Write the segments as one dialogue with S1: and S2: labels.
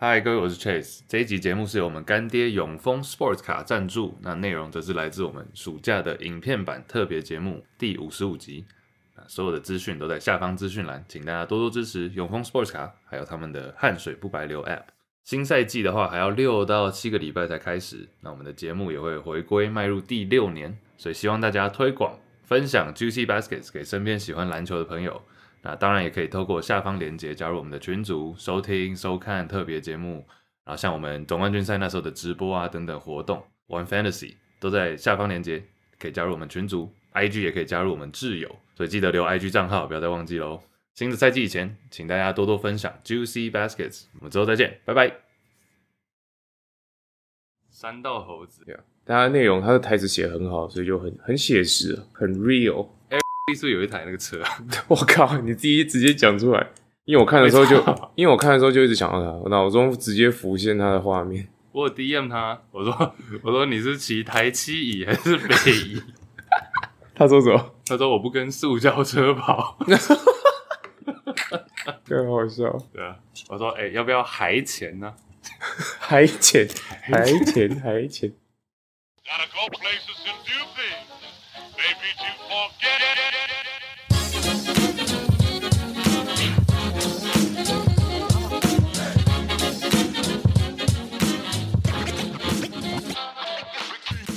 S1: 嗨，各位，我是 Chase。这一集节目是由我们干爹永丰 Sports 卡赞助，那内容则是来自我们暑假的影片版特别节目第五十五集。那所有的资讯都在下方资讯栏，请大家多多支持永丰 Sports 卡，还有他们的汗水不白流 App。新赛季的话，还要六到七个礼拜才开始。那我们的节目也会回归，迈入第六年，所以希望大家推广、分享 Juicy Baskets 给身边喜欢篮球的朋友。那当然也可以透过下方链接加入我们的群组，收听、收看特别节目，然后像我们总冠军赛那时候的直播啊等等活动玩 Fantasy 都在下方链接可以加入我们群组，IG 也可以加入我们挚友，所以记得留 IG 账号，不要再忘记喽。新的赛季以前，请大家多多分享 Juicy Baskets，我们之后再见，拜拜。三道猴子
S2: 但它的内容，它的台词写得很好，所以就很很写实，很 real。
S1: 是不是有一台那个车啊？
S2: 我靠，你自己直接讲出来，因为我看的时候就
S1: 没错，
S2: 因为我看的时候就一直想到它，我脑中直接浮现它的画面。
S1: 我有 DM 他，我说我说你是骑台七乙还是北乙？
S2: 他说什么？
S1: 他说我不跟塑胶车跑。
S2: 更好笑，
S1: 对啊，我说哎、要不要还钱呢、
S2: 还钱，还钱，还钱。
S3: Gotta go places and do things. Maybe to forget it.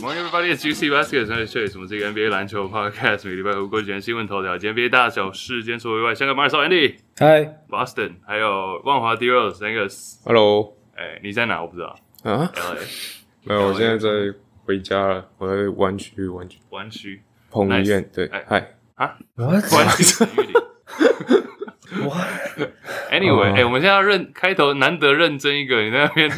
S1: Morning everybody, it's UC Basket 三十岁，什么是一个 NBA 篮球 podcast，每礼拜五过卷新闻头条、今天 NBA 大小事、今天除外外，香港马尔少 Andy、
S2: 嗨
S1: Boston，还有万华 D Rose 三个，
S2: ，Hello
S1: 哎、你在哪？我不知道
S2: 啊？
S1: ，LA
S2: 没有，我现在在回家了，我在湾区，湾区
S1: 湾区
S2: 彭于晏。对
S1: 哎，
S2: 嗨，
S1: 啊，
S4: What?
S1: 湾区体育里。
S4: What?
S1: Anyway，哎、
S2: 哦
S1: 我们现在要认开头，难得认真一个，你在那边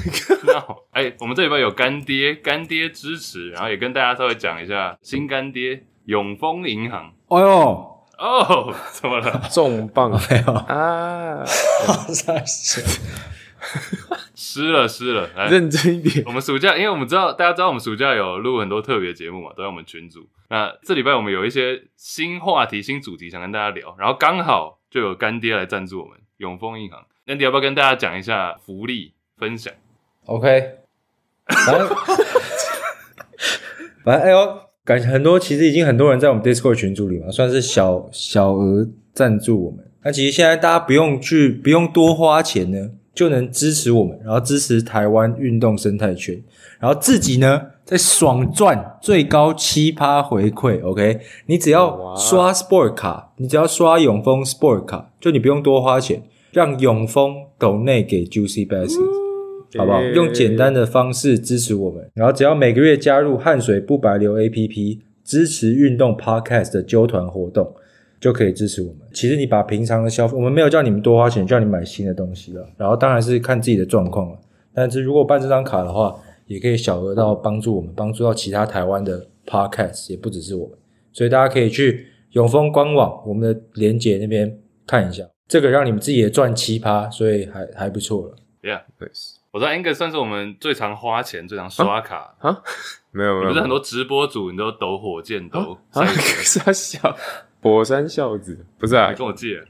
S1: 闹。 哎、我们这里边有干爹，干爹支持，然后也跟大家稍微讲一下新干爹永丰银行。
S4: 哎呦，
S1: 哦、怎么了？
S2: 重磅
S4: 哎呦，
S2: 啊！
S4: 傻笑
S1: 湿了，湿了。来，
S2: 认真一点
S1: 我，们暑假，因为我们知道大家知道我们暑假有录很多特别节目嘛，都在我们群组。那这礼拜我们有一些新话题、新主题想跟大家聊，然后刚好就有干爹来赞助我们永丰银行。那你要不要跟大家讲一下福利分享？
S4: OK，反正 反正哎呦，感觉很多其实已经很多人在我们 Discord 群组里嘛，算是小小额赞助我们。那其实现在大家不用去不用多花钱呢，就能支持我们，然后支持台湾运动生态圈，然后自己呢再爽赚最高七趴回馈。OK，你只要
S2: 哇
S4: 刷 Sport 卡，你只要刷永丰 Sport 卡，就你不用多花钱，让永丰抖内给 Juicy Baskets。好不好？用简单的方式支持我们，然后只要每个月加入汗水不白流 APP 支持运动 Podcast 的揪团活动，就可以支持我们。其实你把平常的消费，我们没有叫你们多花钱，叫你买新的东西了。然后当然是看自己的状况了。但是如果办这张卡的话，也可以小额到帮助我们，帮助到其他台湾的 Podcast，也不只是我们。所以大家可以去永丰官网我们的连结那边看一下，这个让你们自己也赚七趴，所以还还不错了。
S2: 对
S1: 我知道 Angus 算是我们最常花钱、最常刷卡，
S2: 啊，没有没
S1: 你
S2: 有，
S1: 不是很多直播主你都抖火箭抖，
S2: 啊，
S1: 塞
S2: 傻笑，博山孝子不是啊
S1: 你，跟我借，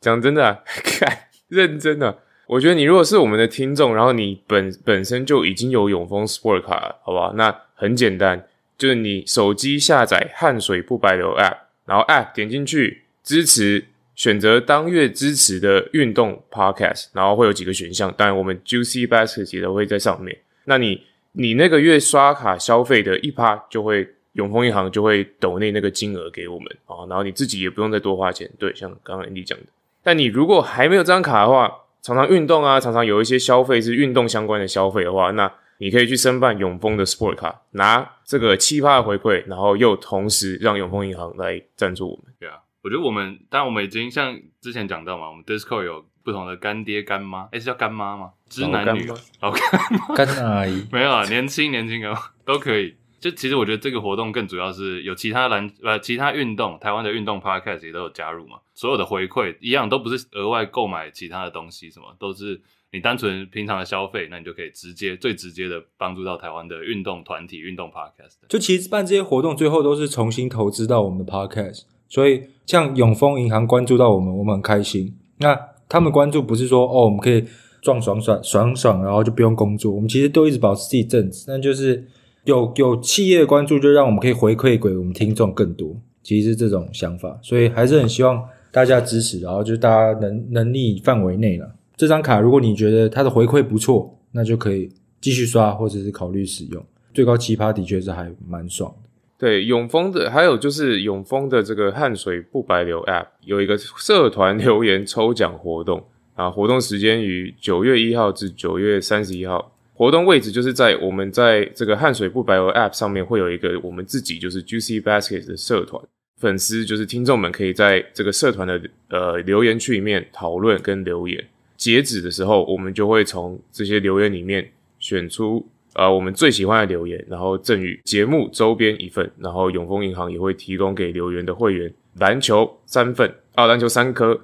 S2: 讲真的、啊， 看认真的、我觉得你如果是我们的听众，然后你本本身就已经有永丰 Sport 卡了，好不好？那很简单，就是你手机下载“汗水不白流 ”App，然后 App 点进去支持，选择当月支持的运动 Podcast，然后会有几个选项，当然我们 Juicy Basket 也都会在上面。那你你那个月刷卡消费的一趴就会。永丰银行就会抖内那个金额给我们啊，然后你自己也不用再多花钱。对，像刚刚你讲的，但你如果还没有这张卡的话，常常运动啊，常常有一些消费是运动相关的消费的话，那你可以去申办永丰的 Sport 卡，拿这个七趴的回馈，然后又同时让永丰银行来赞助我们。
S1: 对啊，我觉得我们，当然我们已经像之前讲到嘛，我们 Discord 有不同的干爹干妈，哎、是叫干妈吗？直男女
S2: 哦老干妈，
S1: 老干
S4: 干阿姨。
S1: 没有啊，年轻年轻干妈都可以。就其实我觉得这个活动更主要是有其他篮呃其他运动，台湾的运动 podcast 也都有加入嘛，所有的回馈一样都不是额外购买其他的东西，什么都是你单纯平常的消费，那你就可以直接最直接的帮助到台湾的运动团体、运动 podcast。
S4: 就其实办这些活动，最后都是重新投资到我们的 podcast。所以像永丰银行关注到我们，我们很开心。那他们关注不是说哦，我们可以撞爽爽爽爽，然后就不用工作。我们其实都一直保持自己正直，但就是有有企业的关注，就让我们可以回馈给我们听众更多。其实是这种想法，所以还是很希望大家支持，然后就是大家能能力范围内了。这张卡如果你觉得它的回馈不错，那就可以继续刷，或者是考虑使用。最高奇葩的确是还蛮爽的。
S2: 对永丰的，还有就是永丰的这个汗水不白流 App 有一个社团留言抽奖活动啊，活动时间于九月一号至九月三十一号，活动位置就是在我们在这个汗水不白流 App 上面会有一个我们自己就是 Juicy Basket 的社团，粉丝就是听众们可以在这个社团的呃留言区里面讨论跟留言，截止的时候我们就会从这些留言里面选出呃，我们最喜欢的留言，然后赠予节目周边一份，然后永丰银行也会提供给留言的会员篮球三份啊，篮球三颗，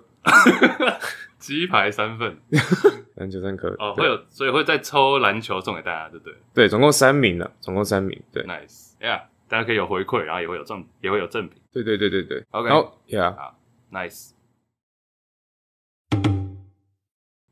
S1: 鸡排三份
S2: 篮球三颗
S1: 哦，
S2: 对
S1: 会有，所以会再抽篮球送给大家，对不对
S2: 对，总共三名了，总共三名，对
S1: ？Nice，yeah，大家可以有回馈，然后也会有赠，也会有赠品
S2: 对对对对对
S1: OK
S2: 然后 yeah，
S1: ，nice。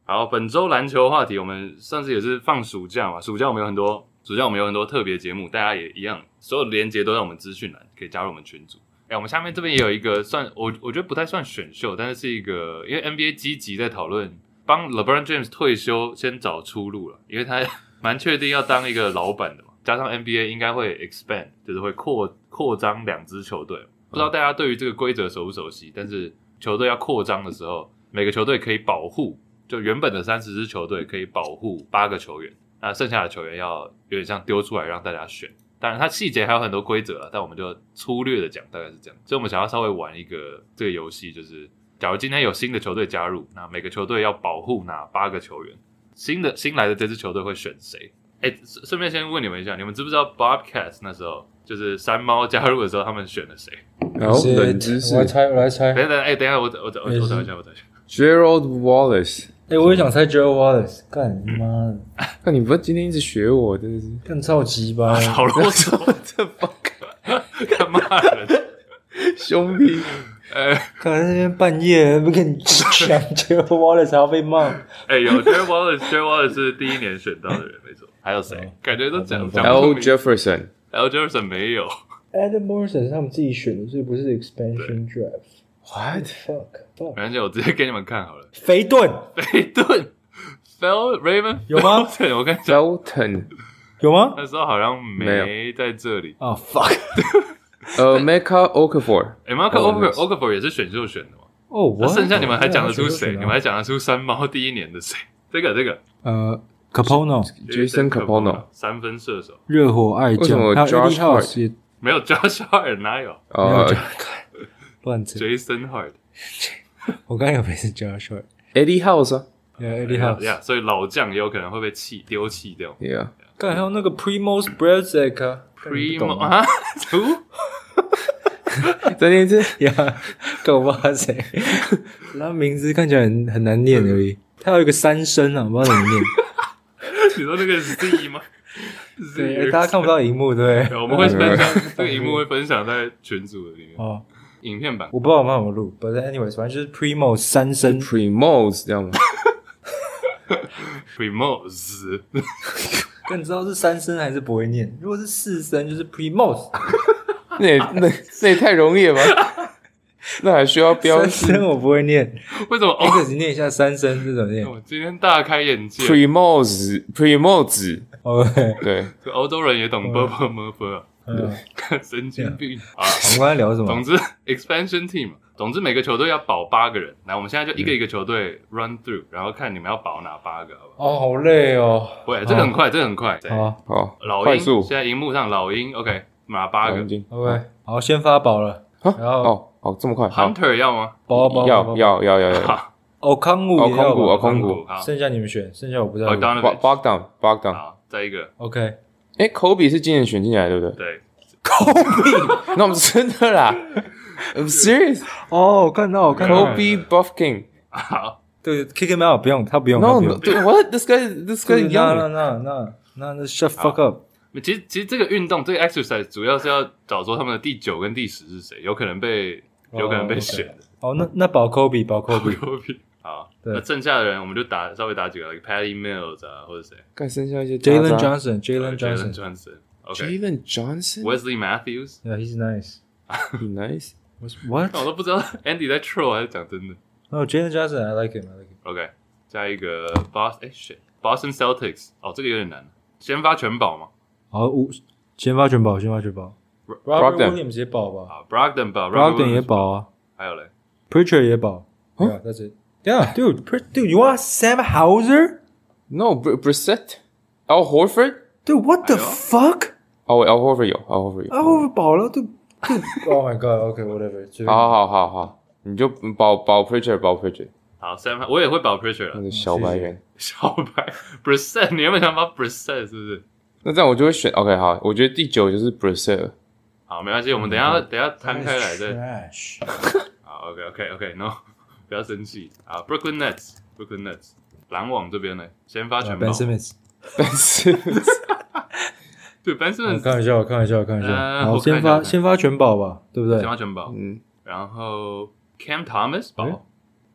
S1: 好，本周篮球话题，我们上次也是放暑假嘛，暑假我们有很多，暑假我们有很多特别节目，大家也一样，所有的连接都在我们资讯栏，可以加入我们群组。哎、我们下面这边也有一个算我我觉得不太算选秀，但是是一个因为 NBA 积极在讨论帮 LeBron James 退休先找出路了，因为他 蛮确定要当一个老板的嘛，加上 NBA 应该会 expand，就是会扩扩张两支球队。不知道大家对于这个规则熟不熟悉，但是球队要扩张的时候，每个球队可以保护，就原本的三十支球队可以保护八个球员，那剩下的球员要有点像丢出来让大家选。当然，它细节还有很多规则了，但我们就粗略的讲，大概是这样。所以我们想要稍微玩一个这个游戏，就是假如今天有新的球队加入，那每个球队要保护哪八个球员？新的新来的这支球队会选谁？哎、顺顺便先问你们一下，你们知不知道 Bobcats 那时候就是山猫加入的时候，他们选了谁？
S2: 然后
S4: 是
S2: 冷知识
S4: 我来猜，我来猜。
S1: 等
S4: 哎、
S1: 一下等一下，哎、等一下，我等我等我
S4: 没
S1: 我
S4: 事
S1: 等一下，我等一下。
S2: Gerald Wallace，
S4: 哎我也想猜 Joe Wallace，干你妈的，
S2: 那你不要今天一直学我，真的是
S4: 干超级吧！
S1: 好啰嗦，
S2: 这 fuck
S1: 干嘛 人？
S2: 兄弟，
S1: 呃，
S4: 干在那边半夜不跟你讲 Joe Wallace 还要被骂，
S1: 哎、有 j e r Wallace，Jerry Wallace 是第一年选到的人，没错。还有谁
S4: 哦？
S1: 感觉都讲讲
S2: L
S1: 不出
S2: Jefferson，
S1: L Jefferson 没有，
S4: Adam Morrison 是他们自己选的，所以不是 expansion draft。
S2: What？
S4: Fuck fuck！
S1: 没关系，我直接给你们看好了。
S4: 肥盾
S1: 贝顿 Fell Raven
S4: 有吗
S1: Felton，我跟你讲，
S2: Felton，
S4: 有吗？
S1: 那时候好像
S2: 没
S1: 没在这里。
S4: 啊、fuck！
S2: 呃，Mecca Okafor，
S1: 哎、m a r c
S2: 哦
S1: o Okafor
S2: 那是
S1: Okafor 也是选秀选的嘛？
S4: 哦，
S1: 那
S4: 我
S1: 剩下你们还讲得出
S4: 选
S1: 谁？
S4: 到
S1: 你们还讲得出山猫第一年的谁？ 这个这个啊
S4: 呃 Capono 哦
S2: Jason Capono。
S1: 三分射手
S4: 热火爱
S2: 为什
S4: 将，
S2: 么
S4: 还有
S2: Josh
S4: Eddie House 也
S1: 没有 Josh Hart 哪有
S2: 呃
S4: 乱扯。
S1: Jason Hart？
S4: 我刚刚有被是 Josh Hart，
S2: ，Eddie House 啊
S4: 有 Eddie House，
S1: 呀，所以老将也有可能会被弃丢弃掉。
S2: ，Yeah，
S4: 干还有那个 Primo Brezic 啊
S1: Primo 啊， 图
S2: 再念一次
S4: 呀，干我不知道他谁，他名字看起来很很难念而已。他有一个三声啊，我不知道怎么 念。
S1: 你说那个 Z 吗？
S4: 对，大家看不到荧幕，对不对？
S1: 我们会分享这个荧幕会分享在群组里面，
S4: 哦，
S1: 影片版。
S4: 我不知道我们有没有录，but anyways，反正就是 Primo 三声
S2: Primos 这样吗？
S1: Primos
S4: 更知道是三声还是不会念。如果是四声，就是 premos；
S2: 那也那那也太容易了吧？那还需要标
S4: 三声我不会念，
S1: 为什么？
S4: 我
S1: 哦，
S4: 只念一下三声是怎么念。
S1: 我今天大开眼界，
S2: Primos Primos？
S4: OK，
S2: 对，
S1: 欧洲人也懂 b u r b e r m u r b e
S4: 哦嗯
S1: 看 神经病啊！
S4: 我们刚才聊什么
S1: 总？之，expansion team，总之每个球队要保八个人。来，我们现在就一个一个球队 run through，然后看你们要保哪八个，好不好？
S4: 哦，好累哦。
S1: 喂，这个很快，这个很快。对
S4: 好
S2: 好，
S1: 老
S2: 快
S1: 鹰，
S2: 速
S1: 现在荧幕上老鹰，OK，哪八
S2: 好
S1: 个
S2: 已经
S4: ，OK，好，先发宝了。
S2: 啊
S4: 然后
S2: 哦哦这么快，好，
S1: ？Hunter 要吗？
S4: 包包
S2: 要要要要要，
S1: 好，
S4: 哦，康武
S2: 哦
S4: 也
S2: 空谷哦
S4: 要吧，
S2: 空
S1: 谷
S2: 谷
S1: 好
S4: 剩下你们选，剩下我不知道有没有。
S1: ，Donovan，
S2: ，Bog down Bog down，
S1: 好，再一个，
S4: OK，
S2: 哎，Kobe 是今年选进来对不对？
S1: 对，
S2: 那我们真的 啦，I'm serious，Kobe
S4: 哦，我看到，我看到。
S2: Buff King。
S1: 好，
S4: 对，kick 그, him out，不用，他不用，他
S2: No,
S4: 不
S2: no,
S4: 用。
S2: dude, what? This guy, this guy
S4: 对
S2: is
S4: 那那
S2: young.
S4: 那那那那 shut fuck up。
S1: 其实其实这个运动这个 exercise 主要是要找出他们的第九跟第十是谁，有可能被有可能被选的。
S4: 어, 哦，那那保 Kobe，保 Kobe。
S1: 科比好，
S4: 对
S1: 那剩下的人我们就打稍微打几个，like Patty Mills 啊，或者谁
S2: 看剩下一些
S4: Jalen
S2: 渣渣
S4: Johnson，Jalen
S1: Jalen
S4: Johnson，Yeah，he's
S1: Johnson，OK，Wesley
S2: Jalen Johnson，
S1: Matthews，
S4: nice。
S2: 很 nice。
S4: What？
S1: 那我都不知道 Andy 在 troll 还是讲真的。
S4: 哦，Jalen 어, Johnson，I like him，I like him。
S1: OK，加一个 Boston，哎、shit Boston Celtics，哦，这个有点难，先发全保嘛，
S4: 好，五先发全保，先发全保。Robert
S2: Brogdon
S4: Williams 也保吧
S1: 啊，Brogdon 保
S4: ，Brogdon 也，保啊
S1: Robert Williams，还有嘞
S4: ，Preacher 也保。Yeah, that's it. Yeah, dude, Pr- dude, you want Sam Hauser?
S2: No，Br Brissett。Al Horford。
S4: Dude, what the
S1: 哎呦
S4: fuck?
S2: 哦，Al Horford 有，Al Horford 有。
S4: 啊，我饱了都。都 oh my god! OK, whatever. 随便
S2: 好好好好，你就保保 Preacher，保 Preacher，
S1: 好，Sam，我也会保 Preacher
S2: 那
S4: 嗯
S1: 了，
S2: 个小白人。
S1: 小白 Brissett，你原本想保 Brissett 是不是？
S2: 那这样我就会选 OK 好，我觉得第九就是 Brissett。
S1: 好，没关系，我们等一下
S4: 嗯
S1: 等一下摊开来再
S4: Trash.
S1: 好，OK OK OK，No，、不 要生气啊，Brooklyn Nets，Brooklyn Nets，篮网这边呢，先发全保
S4: 啊 Ben Simmons，
S2: 但是
S1: 对 Ben
S4: 我
S1: Simmons
S4: 嗯开玩笑，我开玩笑，我开玩
S1: 嗯呃
S4: 笑。好，
S1: 我看一下我
S4: 先
S1: 看
S4: 发
S1: 一下
S4: 先发全保吧，对不对
S1: 先发全保，
S2: 嗯
S1: 然后 Cam Thomas 保。
S4: 嗯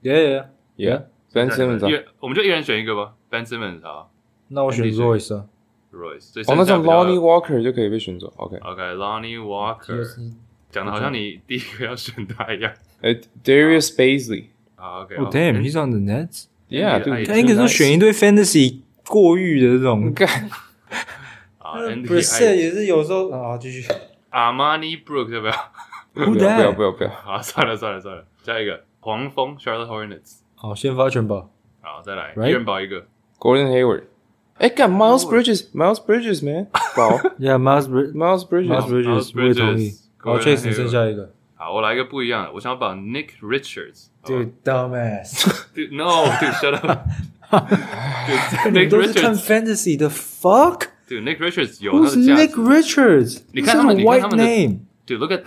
S4: ？Yeah, yeah. Yeah.
S2: ，Yeah，Ben Simmons 啊
S1: 一。人我们就一人选一个吧，Ben Simmons 好
S4: 那我选
S1: Andy
S4: Royce 啊。
S1: ，Royce，最
S2: 哦，那
S1: 剩下
S2: 这样
S1: 比较
S2: Lonnie Walker 就可以被选走。OK，
S1: OK Lonnie Walker，讲的好像你第一个要选他一样。
S2: 呃，Darius Bazley。
S1: 好 OK，
S4: Oh
S1: 好
S4: damn, he's on the net.
S2: Yeah，
S1: Andy
S2: 对，
S4: 他应该是选一堆 fantasy 过誉的这种。
S2: 干
S1: 好
S4: b r i s e t
S1: ，Andy
S4: 也是有时候啊，继续。
S1: Armani Brook 要不要？
S2: 不要
S4: Who
S2: 不要
S4: that？
S2: 不要不要。
S1: 好，算了算了算了，下一个黄蜂 Charlotte Hornets，
S4: 好，先发全保。
S1: 好，再来
S4: Right？
S1: 一人保一个。
S2: Gordon Hayward。哎，干 Miles Bridges，Miles Bridges man，保
S4: Yeah, Miles Bridges.
S2: Miles
S4: Miles
S2: Bridges。
S4: Bridges，我也同意。好
S1: Gordon
S4: ，Chase，你
S1: Hayward
S4: 剩下一个。
S1: 好，我来一个不一样的，我想要把 Nick Richards。
S4: Dude, dumbass，
S1: ，No，dude，shut up。
S4: 你
S1: Dude，Nick
S4: 们都是看
S1: Richards，Dude，Nick
S4: fantasy 的 fuck？Who's
S1: Richards 有他的价
S4: Nick
S1: 值。
S4: Richards？
S1: 你看他们
S4: 这是
S1: 你看他
S4: white
S1: 们的
S4: name。
S1: Dude, look at，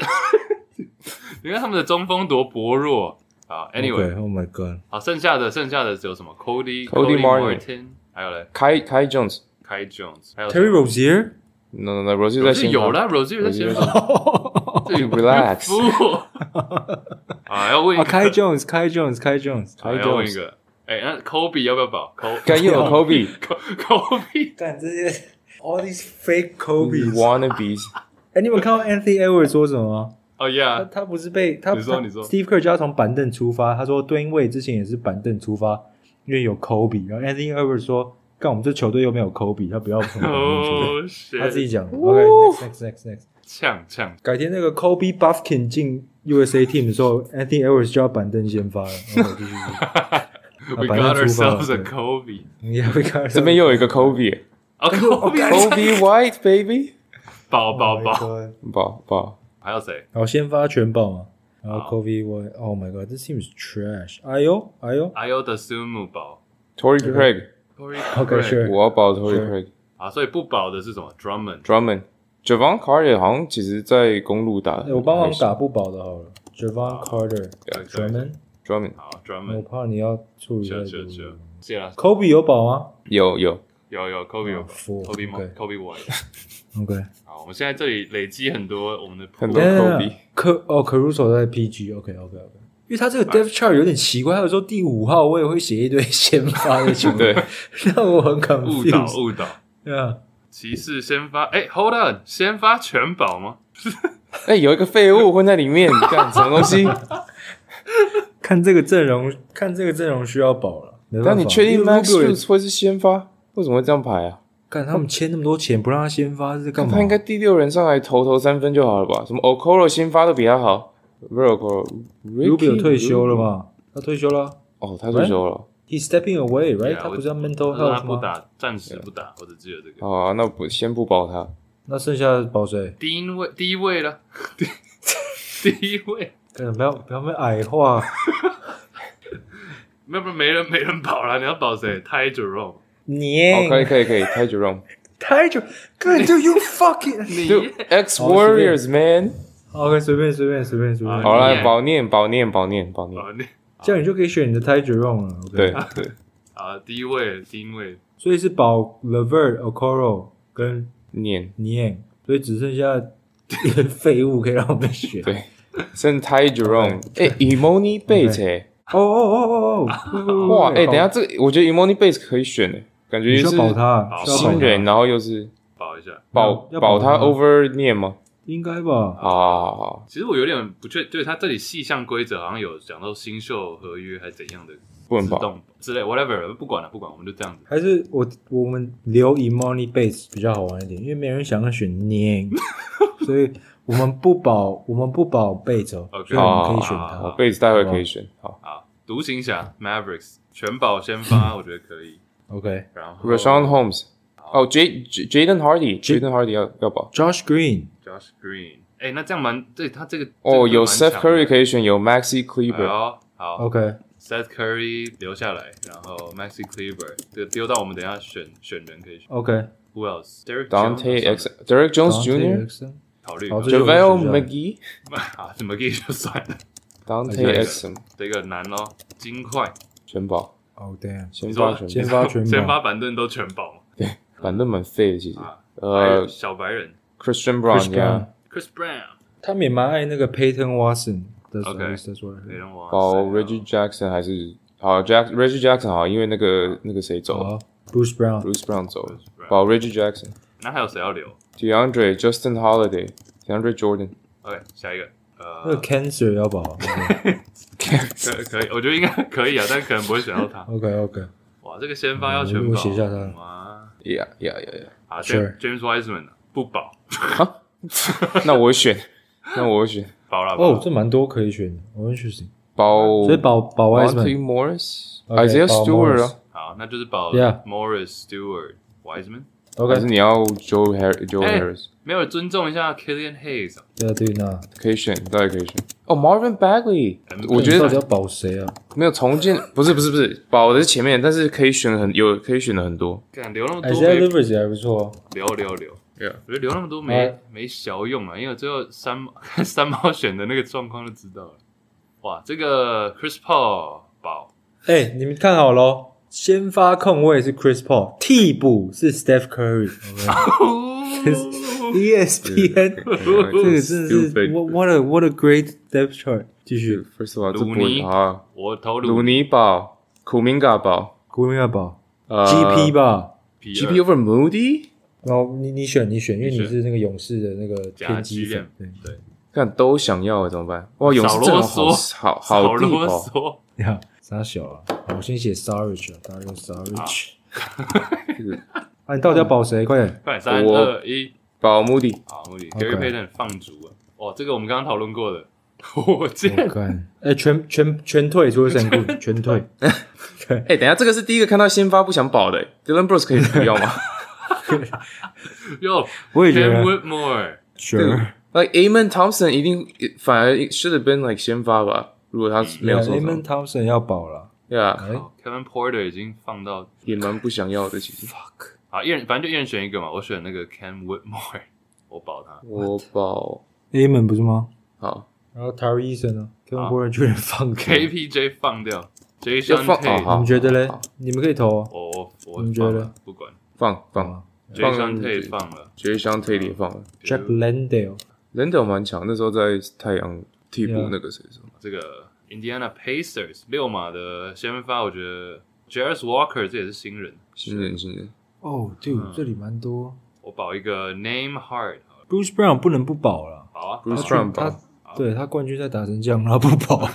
S1: 你看他们的中锋多薄弱啊。Anyway，、
S4: Okay, oh my god，
S1: 好，剩下的剩下的只有什么？Cody、
S2: Cody Martin
S1: Martin，还有嘞
S2: Kai Kai Jones。
S1: ，Kai Jones，还有
S4: Terry
S1: 什么
S4: Rozier。
S2: No no no，Rose
S1: 可
S2: 在
S1: 是
S2: 先
S1: 有
S2: 发。
S1: 了 r o s i e 在先锋，
S4: 啊
S1: 对
S2: Relax
S1: 啊，要问一个，
S4: ，Kai Jones，Kai Jones，Kai Jones，
S1: 啊要问一个，哎，那 Kobe 要不要保
S2: 干 又有 Kobe。
S1: ？Kobe，Kobe，
S4: 干这些，all these fake
S2: Wannabes。
S4: 哎，你们看到 Anthony Edwards 说什么吗？
S1: 哦
S4: 他
S1: yeah，
S4: 他不是被他
S1: 你说
S4: 他
S1: 你说
S4: Steve Kerr 就要从板凳出发，他说对，因为之前也是板凳出发，因为有 Kobe，然后 Anthony Edwards 说，干我们这球队又没有 Kobe，他不 要从板凳出发。
S1: 哦
S4: 他自己
S1: ，shit，
S4: 讲的，OK，next next next next，
S1: 呛呛，
S4: 改天那个 Kobe Buffkin 进 USA team 的时候，Anthony Edwards 就要板凳先发了。OK，继续。Oh
S1: We
S4: 反
S1: got
S4: 正出发了
S1: ourselves a Kobe。
S4: Yeah, we got
S2: 这边又有一个 Kobe。
S1: 啊，Kobe，
S2: Kobe White baby。
S1: 保保保，
S4: 宝。
S2: 保保。
S1: 还有谁？
S4: 然后先发全保嘛，然后
S1: 好
S4: Kobe White，Oh my God，this team is trash。哎呦，哎呦
S1: i o d a s u m u 保
S2: Tory Craig。
S1: ，Corey
S4: ，OK
S1: Craig
S4: sure，
S2: 我要保 Tory
S4: Sure.
S2: Craig。
S1: 啊，所以不保的是什么？Drummond。
S2: Drummond。Javon Carter 好像其实在公路打。
S4: 哎我帮忙。打不保的好了。Javon Carter、
S1: 对
S4: Drummond，
S2: Drummond
S1: 好
S4: 我
S1: ，Drummond。
S4: 怕你要处理一下
S1: 是啊
S4: 这
S1: 是
S4: 个。
S1: 是，谢了。
S4: Kobe 有保吗
S2: 有有。
S1: 有有，Kobe 有
S4: ？Four。
S1: ，Kobe Mo- Kobe White。
S4: OK。
S1: 好，我们现在这里累积很多我们的
S2: 很
S1: pool
S2: 多
S4: 等等
S2: Kobe
S4: 科哦，Caruso 在 PG。OK OK OK。因为他这个
S1: 哎
S4: depth chart 有点奇怪，他有时候第五号我也会写一堆先发 的球
S2: 对
S4: 员， 让我很
S1: 误导
S4: confused。
S1: 误导。
S4: 对啊，
S1: 骑士先发，哎，Hold on，先发全保吗？
S2: 哎、有一个废物混在里 面，干什么东西？
S4: 看这个阵容，看这个阵容需要保了。没办
S2: 但
S4: 法
S2: 你确定
S4: 因为
S2: Max
S4: Luka 也
S2: Lutz 会是先发？为什么会这样排啊？
S4: 干他们签那么多钱不让他先发是在干嘛？
S2: 他应该第六人上来投投三分就好了吧？什么 Okoro 先发都比他好，不是 Okoro，Rubio
S4: Rubio 退休了？吧？他退休了
S2: 哦，他退休了。
S4: ，He's stepping away, right？
S1: Yeah，
S4: 他不
S1: 我
S4: 是要 mental
S1: 他说他
S4: health
S1: 不
S4: 吗？
S1: 打，暂时不打，我只记得这个。
S2: 好啊，那不先不保他。
S4: 那剩下的保谁？
S1: 第一位，第一位了， 第第一位，
S4: 干不要不要被矮化。
S1: 没有没有没人没人保了，你要保谁？Ty Jerome，
S4: 你
S2: 哦，可以可以可以，太久让。
S4: 太久，干就 you fucking。
S1: 你
S2: Dude X Warriors man，
S4: OK，随便随便随便随
S1: 啊
S4: 便。
S2: 好
S1: 了
S2: 啦，保念保念保念保念。
S1: 啊你
S4: 这样你就可以选你的 Ty j e r o m 了。OK
S2: 对，对，
S1: 啊，第一位，第一位，
S4: 所以是保 Levert、Okoro 跟
S2: 念
S4: Niang，所以只剩 下一个废物可以让我们选。
S2: 对，剩 Ty Jerome，哎，Emoni Bates，哎
S4: 哦哦哦哦哦！
S2: 哇，哎、等一下，这个我觉得 Emoni Base 可以选诶、感觉
S4: 你
S2: 就是
S4: 需要保他，需要保
S2: 新
S4: 他
S2: 人，然后又是
S1: 保一下。
S2: 保
S4: 要
S2: 保
S4: 保
S2: 他
S4: 他
S2: over 念吗？
S4: 应该吧？
S2: 好好好好，
S1: 其实我有点不确，对他这里细项规则好像有讲到新秀合约还是怎样的
S2: 不能
S1: 自
S2: 保。
S1: 动之类，whatever，不管了，不管，我们就这样子。
S4: 还是我我们留 Emoni Base 比较好玩一点，因为没人想要选 n 所以我们不保我们不保 Base，哦
S1: OK
S4: 所以我们可以
S2: 啊
S4: 选
S1: 好好
S4: 他
S1: 好。
S2: Base 待会可以选，好。
S1: 好，啊独行侠 Mavericks 全保先发，我觉得可以。
S4: OK，Josh
S1: 然后
S2: Rashawn Holmes，哦，J J- Jaden
S4: J-
S2: Hardy，Jaden Hardy 要要保。
S4: Green，
S1: Josh Green，哎、那这样蛮对他这个
S2: 哦，有 Seth Curry 可
S1: 以
S2: 以选，有 Maxi
S4: 哎
S2: Kleber，
S1: 好好
S4: OK，
S1: Seth Curry 留下来，然后 Maxi Kleber 这个丢到我们等一下选选人可以选
S4: OK，
S1: ，Who else？Derek
S2: Dante X Derek Jones Jr.
S1: 考虑
S4: 好这就
S2: JaVale
S4: 我们
S2: McGee
S1: 啊，怎么给就算了，
S2: Dante
S4: 哎
S2: Exum
S1: 这个难咯，金块
S2: 全保，
S4: 哦，damn，
S2: 先
S1: 你
S2: 发
S1: 说
S2: 全
S4: 先发全
S1: 先
S4: 保
S1: 发板凳都全保嘛，
S2: 保，反正蛮废的其实
S1: 啊。还有
S2: 呃
S1: 小白人
S2: ，Christian
S4: Chris
S2: Brown 呀
S4: Brown，
S1: Chris Brown，
S4: 他们也蛮爱那个 Payton Watson 的
S1: OK
S4: 说
S1: 雷人王，
S2: 保
S1: 谁啊
S2: 哦 Reggie Jackson 还是好 Jack Reggie Jackson 好，因为那个那个谁走了
S4: 好，Bruce Brown，
S2: ，Bruce Brown 走了
S1: Bruce，Brown
S2: 保 Reggie Jackson。
S1: 那还有谁要留
S2: DeAndre、Justin Holiday、DeAndre Jordan，
S1: ？OK，下一个，
S4: 那个
S1: 呃，
S4: Cancer 要保 OK
S1: 可可以，我觉得应该 可以啊，但可能不会选到他。
S4: OK OK，
S1: 哇，这个先发要全
S4: 我
S1: 保，
S4: 写下他
S1: 哇，
S2: 呀呀呀呀！
S1: 啊
S4: Sure
S1: ，James Wiseman 啊不保，
S2: 那我选，那我选
S1: 保了，保
S4: 哦
S1: 了，
S4: 这蛮多可以选的，我很 interesting，
S2: 保
S4: 所以保保
S2: m o
S4: Wiseman
S2: n t y Morris、
S4: OK，
S2: Isaiah
S4: 保
S2: Stewart 啊，
S1: 好，那就是保
S4: Yeah
S1: Morris Stewart Wiseman，
S2: 还是
S4: OK，
S2: 你要 Joe Har Joe
S1: 哎
S2: Harris
S1: 没有尊重一下 Killian Hayes 啊
S4: 对啊对那，
S2: 可以选，大家可以选。哦，Marvin Bagley，
S1: 嗯
S2: 我觉
S4: 到底
S2: 得
S4: 要保谁啊？
S2: 没有重 建，不是不是不是，保的是前面，但是可以选的很有，可以选的很 多。
S1: 干留那么
S4: i
S1: 多
S4: s a i
S1: 没
S4: a Livers 也还不错哦，
S1: 留留留，
S2: Yeah
S1: 我觉得留那么多没
S4: 哎
S1: 没小用啊，因为最后三毛看 三毛选的那个状况就知道了。哇，这个 Chris Paul 保
S4: 哎，你们看好喽。先发控卫是 Chris Paul，替补是 Steph Curry，ESPN，这 个真的是 what what a what a great depth chart。继续，
S2: First of all，这
S1: 鲁
S2: 不
S1: 尼
S2: 啊，
S1: 我投
S2: 鲁
S1: 鲁
S2: 尼保、库明嘎保、
S4: 国民要保
S2: 呃
S4: GP 吧。
S1: P
S2: GP over Moody。
S4: 然后你你选你选，因啊为
S1: 你
S4: 你
S1: 选
S4: 是那个勇士的那个
S1: 加
S4: 偏激
S1: 剧
S4: 粉
S1: 院，
S4: 对，
S1: 对，
S2: 看都想要了怎么办？哇，勇士阵容好好
S1: 少
S2: 好地
S1: 啰
S2: 哦，
S1: 嗦，
S4: 你看傻小啊，好我先写 Sarich，大家用 Sarich。啊，你到底要保谁？快 点！
S1: 快三
S2: 我
S1: 二一。
S2: 保目 的
S1: 好，目的
S4: OK
S1: Gary Payton 放逐了。哇，这个我们刚刚讨论过的， 火箭
S2: 嗯
S4: 我看，哎，全全全退，除了 神棍，全退。
S2: 哎、等一下这个是第一个看到先发不想保的、欸、，Dylan Brooks 可以不要吗
S1: 哟
S4: 我也觉
S1: ，Cam
S4: 得
S1: Whitmore，
S4: ，Sure，
S2: ？Like Amon Thompson 一定反而 should have been like 先发吧，如果他没有受
S4: a
S2: 伤
S4: m Thompson 要保了。
S2: 对啊，
S4: 哎
S1: 好，Kevin Porter 已经放到
S2: 也蛮不想要的。其实
S1: 啊，一人反正就一人选一个嘛，我选那个 Cam Whitmore，我保他。
S2: 我保
S4: a m 不是吗？
S2: 好
S4: 然后 Tari 医生呢
S1: 啊
S4: ？Kevin p o r t 居然放 给
S1: KPJ 放掉
S2: 要
S1: ，Jason
S2: 放哦
S1: Tate，
S2: 好，
S4: 你们觉得嘞
S2: 好？
S4: 你们可以投哦。
S1: 我我我
S4: 你觉得
S1: 放了不管
S2: 放放，
S1: ，Jason Tate 放了
S2: 觉得香 Tate 也
S4: 嗯
S2: 放了
S4: Jack Landale，
S2: ，Lando 蛮强，那时候在太阳替补
S4: Yeah
S2: 那个谁说
S1: 这个 Indiana Pacers 六马的先发，我觉得 Jarvis Walker 这也是新人，
S2: 新人新人
S4: 哦，对，
S2: 嗯
S4: 这里蛮多。
S1: 我保一个 Name Hard，好了
S4: Bruce Brown 不能不保了。
S1: 好啊，
S2: ，Bruce
S4: 他
S2: Brown
S4: 他
S2: 保，
S4: 对他冠军赛打成这样，然后不 保，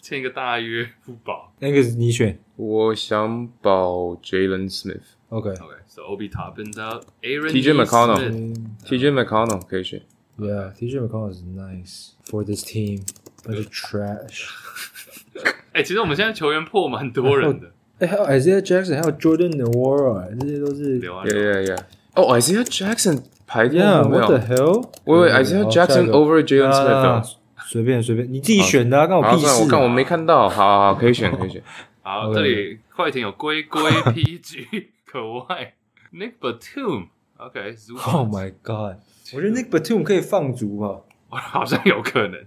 S1: 签一个大约不保
S4: 那个你选
S2: 我想保 Jalen Smith。
S4: ，OK，
S1: ，OK，so Obi Toppin's out，Aaron
S2: TJ
S1: E.
S2: McConnell
S1: Smith
S2: TJ McConnell 可以选。
S4: Yeah，TJ McConnell is nice for this team, but it's trash。
S1: 哎、其实我们现在球员破蛮多人的，
S4: 哎，还有 Isaiah Jackson，还有 Jordan n w a r a 这些都是。
S1: 刘安
S2: Yeah, yeah, yeah. 哦、i s a i a h Jackson 排第二没
S4: Yeah，what
S2: 有
S4: the？hell？
S2: 我以为 Isaiah
S4: 好
S2: Jackson
S4: 下一个
S2: over Jalen Smith
S4: 啊
S2: 啊。
S4: 随便随便，你自己选的啊，关我
S2: 好，
S4: 屁
S2: 算了，我
S4: 事
S2: 看我
S4: 啊。
S2: 没看到。好好好，可以 选，可以选。
S1: 好，
S4: OK
S1: 这里快艇有 龟龟 PG 可外 Nick Batum，OK，、z
S4: Oh my god！我觉得 Nick Batum 可以放逐吧。
S1: 好像有可能，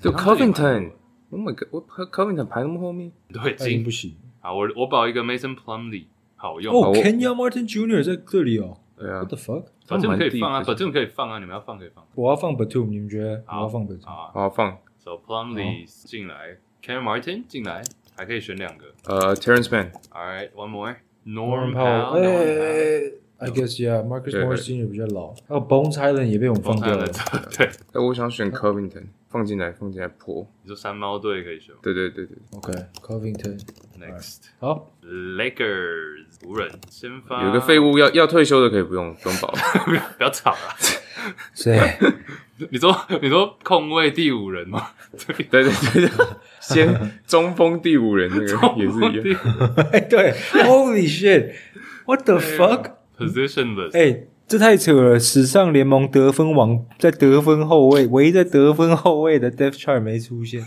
S2: 就
S1: 然后这里
S2: Covington。Oh my god！我 Covington 排那么后面，
S1: 对，
S4: 他已经
S1: 金
S4: 不行。
S1: 好，我我保一个 Mason Plumlee 好用，
S4: 哦
S2: 我
S4: ，Kenya Martin Jr. 在这里哦。
S2: 对啊
S4: What，the fuck？
S1: 反正可以放啊，
S2: 他蛮
S1: 反
S2: 低
S1: 正可以放啊，你们要放可以放
S4: 我要放 Batum，你们觉得？我
S1: 好
S4: 要放 Batum。
S1: 好啊。
S2: 好放
S1: So Plumlee 进来 Cam Martin 进来，还可以选两个。
S2: 呃，Terrence Mann，
S1: All right, one more.
S4: norm
S1: Norm
S4: Powell，
S1: Powell，
S4: 哎
S1: Norm
S4: 哎哎，I guess yeah，Marcus
S2: 对
S4: Morris Jr. 比较老，还有 Bones Highland 也被我们
S1: Powell
S4: 放掉了。
S1: 对，
S2: 哎，我想
S4: 嗯
S2: 选 Covington，放进来，放进来破。
S1: 你说山猫队可以选吗
S2: 对对对对，
S4: OK，Covington，
S1: ？Next
S4: 好，
S1: Lakers 湖人先发
S2: 有一个废，物要要退休的可以不用，不用 保。
S1: 不要吵啊！
S4: 谁？
S1: 你说你说控卫第五人吗？对，
S2: 对对对对，先中锋第五人那 个也是一样。
S4: 哎， 对，Holy shit，What the fuck？
S1: positionless。
S4: 哎，这太扯了！史上联盟得分王在得分后卫，唯一在得分后卫的 Def Chart 没出现，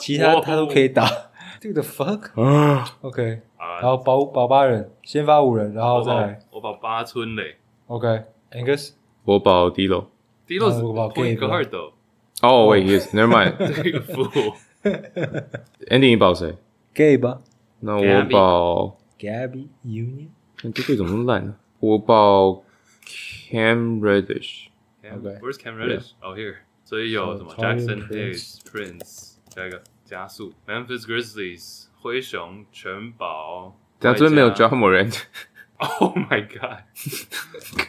S4: 其他他都可以打。这个 fuck？OK，、然
S2: 啊
S1: 好
S4: 后保保八人，先发五人，然后
S1: 啊我
S4: 再
S1: 把
S4: 来。
S1: 我把八村嘞，
S4: OK，Angus，
S2: 我保 d i l o
S1: 第六
S4: 啊
S1: 是
S4: 我把
S1: Point
S4: Gabe
S1: Guard 哦
S2: 哦，wait，yes，never mind。
S1: 这个服
S2: Andy，你保谁？
S4: Gay 吧
S2: 那我保，
S4: ，Gabby Union。
S2: 看这队怎么那么烂呢？我保 Cam Reddish。
S4: OK
S1: Where's Cam Reddish? Oh here。所以有什么
S4: So, Tony
S1: Jackson
S4: Prince
S1: Hayes、Prince，下一个加速 Memphis Grizzlies、灰熊、城堡。
S2: 但这边没有 j a
S1: John。
S2: m o r a n j
S1: Oh my god！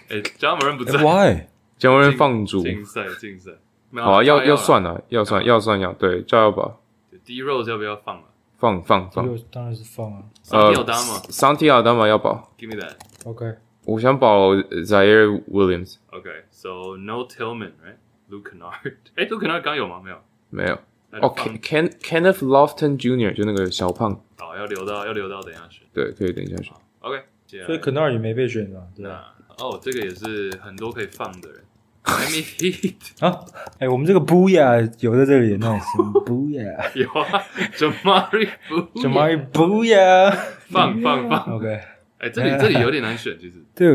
S1: 哎，John Moran 不在。
S4: Why？
S2: a m o r a
S1: 竞
S2: n 放逐。
S1: 竞赛竞赛，没有
S2: 好啊，要要。
S1: 照
S2: 算啊，要算要算要对，照要保，
S1: 啦 D Rose 要不要放啊？
S2: 放放
S4: 这
S2: 放
S4: 个。当然是放啊。
S1: 呃，
S2: 呃
S1: 有单吗
S2: ，Santi 啊，当然要保。
S1: ？Give me that。
S4: OK，
S2: 我想保 Zaire Williams，
S1: OK，so no Tillman，right？Luke Kennard。哎，Luke Kennard 刚有吗？没有。
S2: 没有。
S1: 那就
S2: 哦
S1: 放
S2: ，Ken Ken Kenneth Lofton Jr. 就那个小胖，
S1: 好，要留到要留到等一下选。
S2: 对，可以等一下选。
S1: 好 OK，接下来
S4: 所以 k e n a r 也没被选啊。对吧
S1: 那哦，这个也是很多可以放的 人。Miami Heat
S4: 啊，哎，我们这个 Booya 有在这里，那 什么 Booya，Jamari
S1: 有啊，Jamari b o
S4: Booya。
S1: 放放放。
S4: OK。
S1: 哎， 这里这里有点难选，其实
S4: 对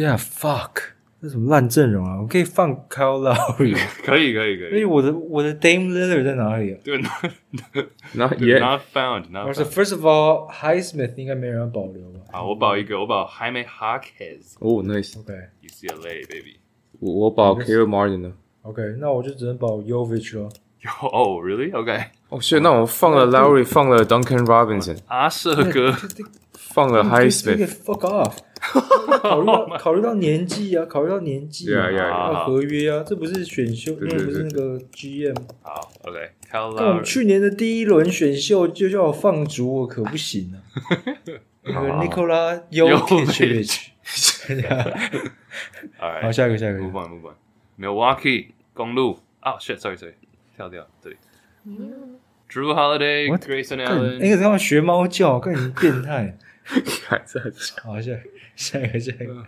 S4: ，Yeah fuck，这什么烂阵容啊！我可以放 Kyle Lowry，
S1: 可以可以可
S4: 因为
S1: 以。
S4: 我的我的 Dame Lillard 在哪里啊
S1: 对
S2: 那也
S1: ，Not found，Not
S4: 而且
S1: found。
S4: First of all，Highsmith 应该没人要保留吧
S1: 好，我保一个，我保 Jaime Hawkins。
S2: 哦，nice，
S4: ？OK
S1: UCLA baby。
S2: 我我保 k a r e Martin 呢。
S4: OK，那我就只能保 Yovich 咯。
S1: 有哦，really Oh, OK。
S2: 哦，是，那我放了 Lowry，放了 Duncan Robinson，
S1: 阿舍哥
S2: 放了
S4: Take
S2: 呃 Highsmith，
S4: it fuck off。考虑到 考虑到年纪啊，考虑到年纪啊，
S2: Yeah, yeah,
S1: yeah.
S4: 要合约啊，这不是选秀，
S2: 对
S4: 那
S2: 对
S4: 不是
S2: 对
S4: 那个 GM。
S1: 好 OK。Kyle
S4: 那我
S1: Lowry
S4: 们去年的第一轮选秀就叫我放逐，我可不行 啊。那
S2: 啊
S4: 个 Nikola Jokic， 啊
S1: All
S4: 好，
S1: right，
S4: 下一个，下一个。
S1: move on move on。Milwaukee 公路啊，shit sorry sorry，跳掉这里。Drew Holiday、
S4: What？
S1: Grayson
S4: 干
S1: Allen
S4: 那。个他们学猫叫，干你变态！
S2: 还在 讲
S4: 好，下一个下一个下一个，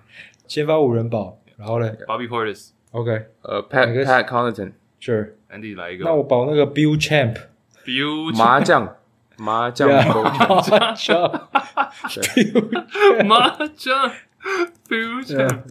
S4: 先发五人保，然后嘞
S1: Bobby Portis、
S4: ，OK，Sure。
S2: 呃
S4: 哪
S2: ，Pat
S4: 个是
S2: Pat Connaughton，
S1: Andy 来一个
S4: 那我保那个 Bill Champ，
S1: ，Bill
S2: 麻将麻将
S4: Yeah
S2: 勾拳
S4: 麻将，Bill，
S1: 麻将，Bill
S4: 对
S1: Champ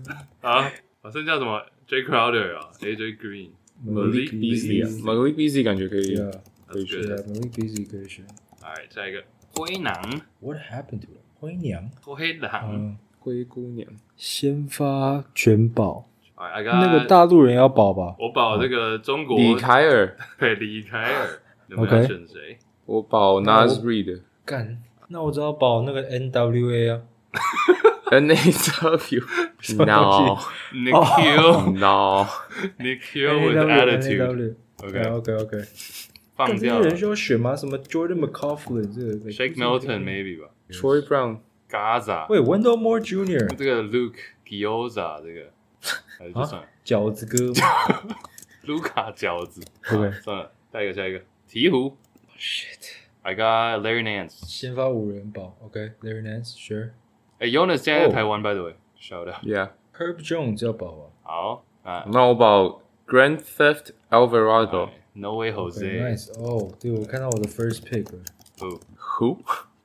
S1: 啊，我剩下什么？J Crowder 啊，AJ Green、
S2: ，Malik Beasley 啊
S1: Beasley，
S2: ，Malik Beasley 感觉可以，
S4: 啊，
S1: That's
S2: 可以
S4: 对
S1: good
S4: 啊，Malik Beasley 可以选。
S1: All right，下一个灰狼，
S4: What happened to it？灰娘，
S1: 灰狼。
S4: 嗯，
S2: 灰姑娘，
S4: 先发全保，
S1: All right，I
S4: 那个
S1: got
S4: 大陆人要保吧？
S1: 我保这个中国
S2: 李凯尔，
S1: 对李凯 尔，你们要
S4: OK
S1: 选谁？
S2: 我保
S4: 那我
S2: Nas Reed。
S4: 干，那我只好保那个 NWA 啊。
S2: N A W
S4: 么东
S2: No
S4: 西
S1: Nick
S4: 哦
S1: Hill，Nick
S2: No，
S1: Hill with attitude。
S4: OK
S1: OK，
S4: OK OK，
S1: 放
S4: 这
S1: 掉
S4: 些
S1: 了
S4: 人需要选吗？什么 Jordan McLaughlin 这个
S1: Shake Milton maybe 吧
S2: Troy Brown
S1: ，Gaza，
S4: 喂 Wendell Moore Jr.
S1: 这个 Luke Gioza 这个，还是就算了，
S4: 饺子 哥吗
S1: 卢卡饺子。
S4: OK
S1: 好算了，下一个，下一个，鹈鹕。
S4: ，shit，
S1: I got Larry Nance。
S4: 先发五人堡，OK，Larry Nance，Sure，Herb
S1: 哎，Jonas 现在在
S4: 哦
S1: 台湾，by the way，shout out。
S2: Yeah，
S4: Jones 要保啊
S1: 好啊
S2: 那我保 Grand Theft Alvarado
S1: 哎，No way Jose。
S4: ，Nice，哦，对我看到我的 first pick 了
S1: Who？
S2: Who